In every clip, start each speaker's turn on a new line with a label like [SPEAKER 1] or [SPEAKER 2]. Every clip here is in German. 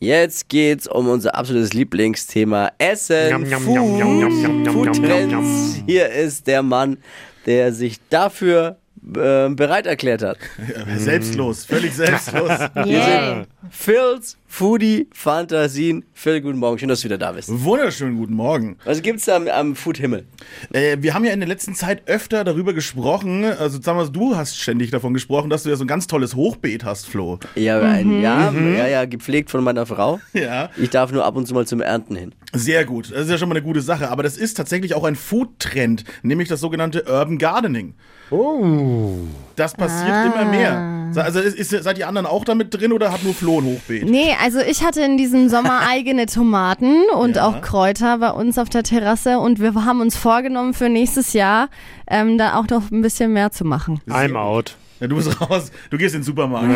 [SPEAKER 1] Jetzt geht's um unser absolutes Lieblingsthema Essen.
[SPEAKER 2] Yum, yum,
[SPEAKER 1] Food,
[SPEAKER 2] yum, yum, yum, yum, yum,
[SPEAKER 1] Food
[SPEAKER 2] yum, yum,
[SPEAKER 1] Trends. Hier ist der Mann, der sich dafür äh, bereit erklärt hat.
[SPEAKER 3] Äh, Selbstlos,
[SPEAKER 2] Hm.
[SPEAKER 3] völlig selbstlos.
[SPEAKER 4] Yay.
[SPEAKER 1] Phil's Foodie Fantasien. Phil, guten Morgen. Schön, dass du wieder da bist.
[SPEAKER 3] Wunderschönen guten Morgen.
[SPEAKER 1] Was gibt's da am, am Food Himmel?
[SPEAKER 3] Äh, wir haben ja in der letzten Zeit öfter darüber gesprochen, also sagen wir, mal, du hast ständig davon gesprochen, dass du ja so ein ganz tolles Hochbeet hast, Flo.
[SPEAKER 1] Ja, ein, ja,
[SPEAKER 2] Mhm.
[SPEAKER 1] ja, ja, gepflegt von meiner Frau.
[SPEAKER 3] Ja.
[SPEAKER 1] Ich darf nur ab und zu mal zum Ernten hin.
[SPEAKER 3] Sehr gut, das ist ja schon mal eine gute Sache, aber das ist tatsächlich auch ein Food-Trend, nämlich das sogenannte Urban Gardening. Oh. Das passiert
[SPEAKER 2] Ah.
[SPEAKER 3] immer mehr. Sa- Also ist, ist, seid ihr anderen auch damit drin oder hat nur Flo ein Hochbeet?
[SPEAKER 4] Nee, also ich hatte in diesem Sommer eigene Tomaten und
[SPEAKER 3] Ja.
[SPEAKER 4] auch Kräuter bei uns auf der Terrasse und wir haben uns vorgenommen für nächstes Jahr ähm, da auch noch ein bisschen mehr zu machen.
[SPEAKER 2] I'm out.
[SPEAKER 3] Ja, du bist raus, du gehst in den Supermarkt.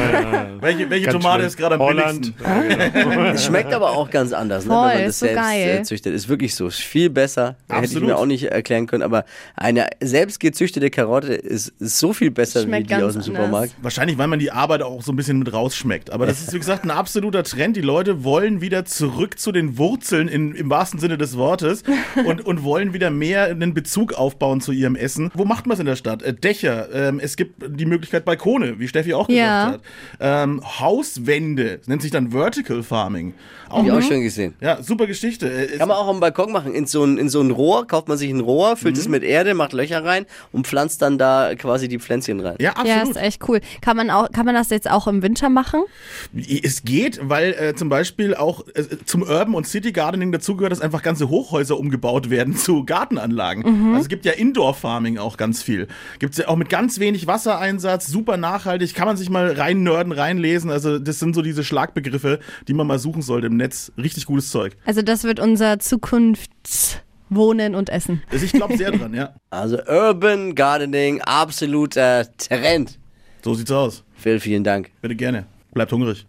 [SPEAKER 3] welche welche
[SPEAKER 2] Ganz
[SPEAKER 3] Tomate
[SPEAKER 2] schlimm.
[SPEAKER 3] ist gerade am
[SPEAKER 2] Holland.
[SPEAKER 3] billigsten?
[SPEAKER 1] Es schmeckt aber auch ganz anders, ne,
[SPEAKER 4] Voll,
[SPEAKER 1] wenn man das
[SPEAKER 4] ist so
[SPEAKER 1] selbst
[SPEAKER 4] geil.
[SPEAKER 1] äh, züchtet. Ist wirklich so. Ist viel besser. Hätte ich
[SPEAKER 3] Absolut.
[SPEAKER 1] mir auch nicht erklären können. Aber eine selbst gezüchtete Karotte ist, ist so viel besser
[SPEAKER 4] Schmeckt
[SPEAKER 1] wie die
[SPEAKER 4] ganz
[SPEAKER 1] aus dem
[SPEAKER 4] anders.
[SPEAKER 1] Supermarkt.
[SPEAKER 3] Wahrscheinlich, weil man die Arbeit auch so ein bisschen mit rausschmeckt. Aber das ist, wie gesagt, ein absoluter Trend. Die Leute wollen wieder zurück zu den Wurzeln in, im wahrsten Sinne des Wortes und, und wollen wieder mehr einen Bezug aufbauen zu ihrem Essen. Wo macht man es in der Stadt? Äh, Dächer. Ähm, es gibt die Möglichkeit Balkone, wie Steffi auch gesagt
[SPEAKER 4] Ja.
[SPEAKER 3] hat. Ähm, Hauswände. Das nennt sich dann Vertical Farming. Auch
[SPEAKER 4] Mhm.
[SPEAKER 1] Hab ich auch
[SPEAKER 3] eine-
[SPEAKER 1] schon gesehen.
[SPEAKER 3] ja, super Geschichte. Äh, es-
[SPEAKER 1] Kann man auch am Balkon machen. In so ein, in so ein Rohr, kauft man sich ein Rohr, füllt
[SPEAKER 3] Mhm.
[SPEAKER 1] es mit Erde, macht Löcher rein und pflanzt dann da quasi die Pflänzchen rein.
[SPEAKER 3] ja,
[SPEAKER 4] Ja,
[SPEAKER 3] absolut.
[SPEAKER 4] ist echt cool. Kann man auch, kann man das jetzt auch im Winter machen?
[SPEAKER 3] Es geht, weil äh, zum Beispiel auch äh, zum Urban und City Gardening dazugehört, dass einfach ganze Hochhäuser umgebaut werden zu Gartenanlagen. Also es gibt ja Indoor Farming auch ganz viel. Gibt es ja auch mit ganz wenig Wassereinsatz, super nachhaltig, kann man sich mal rein nerden, reinlesen. Also das sind so diese Schlagbegriffe, die man mal suchen sollte im Netz. Richtig gutes Zeug.
[SPEAKER 4] Also das wird unser Zukunftswohnen und Essen.
[SPEAKER 3] Also ich glaube sehr dran, ja.
[SPEAKER 1] Also Urban Gardening, absoluter Trend.
[SPEAKER 3] So sieht's aus.
[SPEAKER 1] Phil, vielen Dank.
[SPEAKER 3] Bitte gerne. Bleibt hungrig.